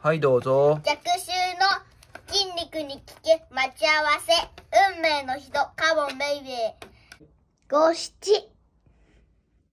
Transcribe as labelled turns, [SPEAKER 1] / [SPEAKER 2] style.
[SPEAKER 1] はい、どうぞ。
[SPEAKER 2] 逆襲の筋肉に聞け待ち合わせ運命の人カモンベイベー五七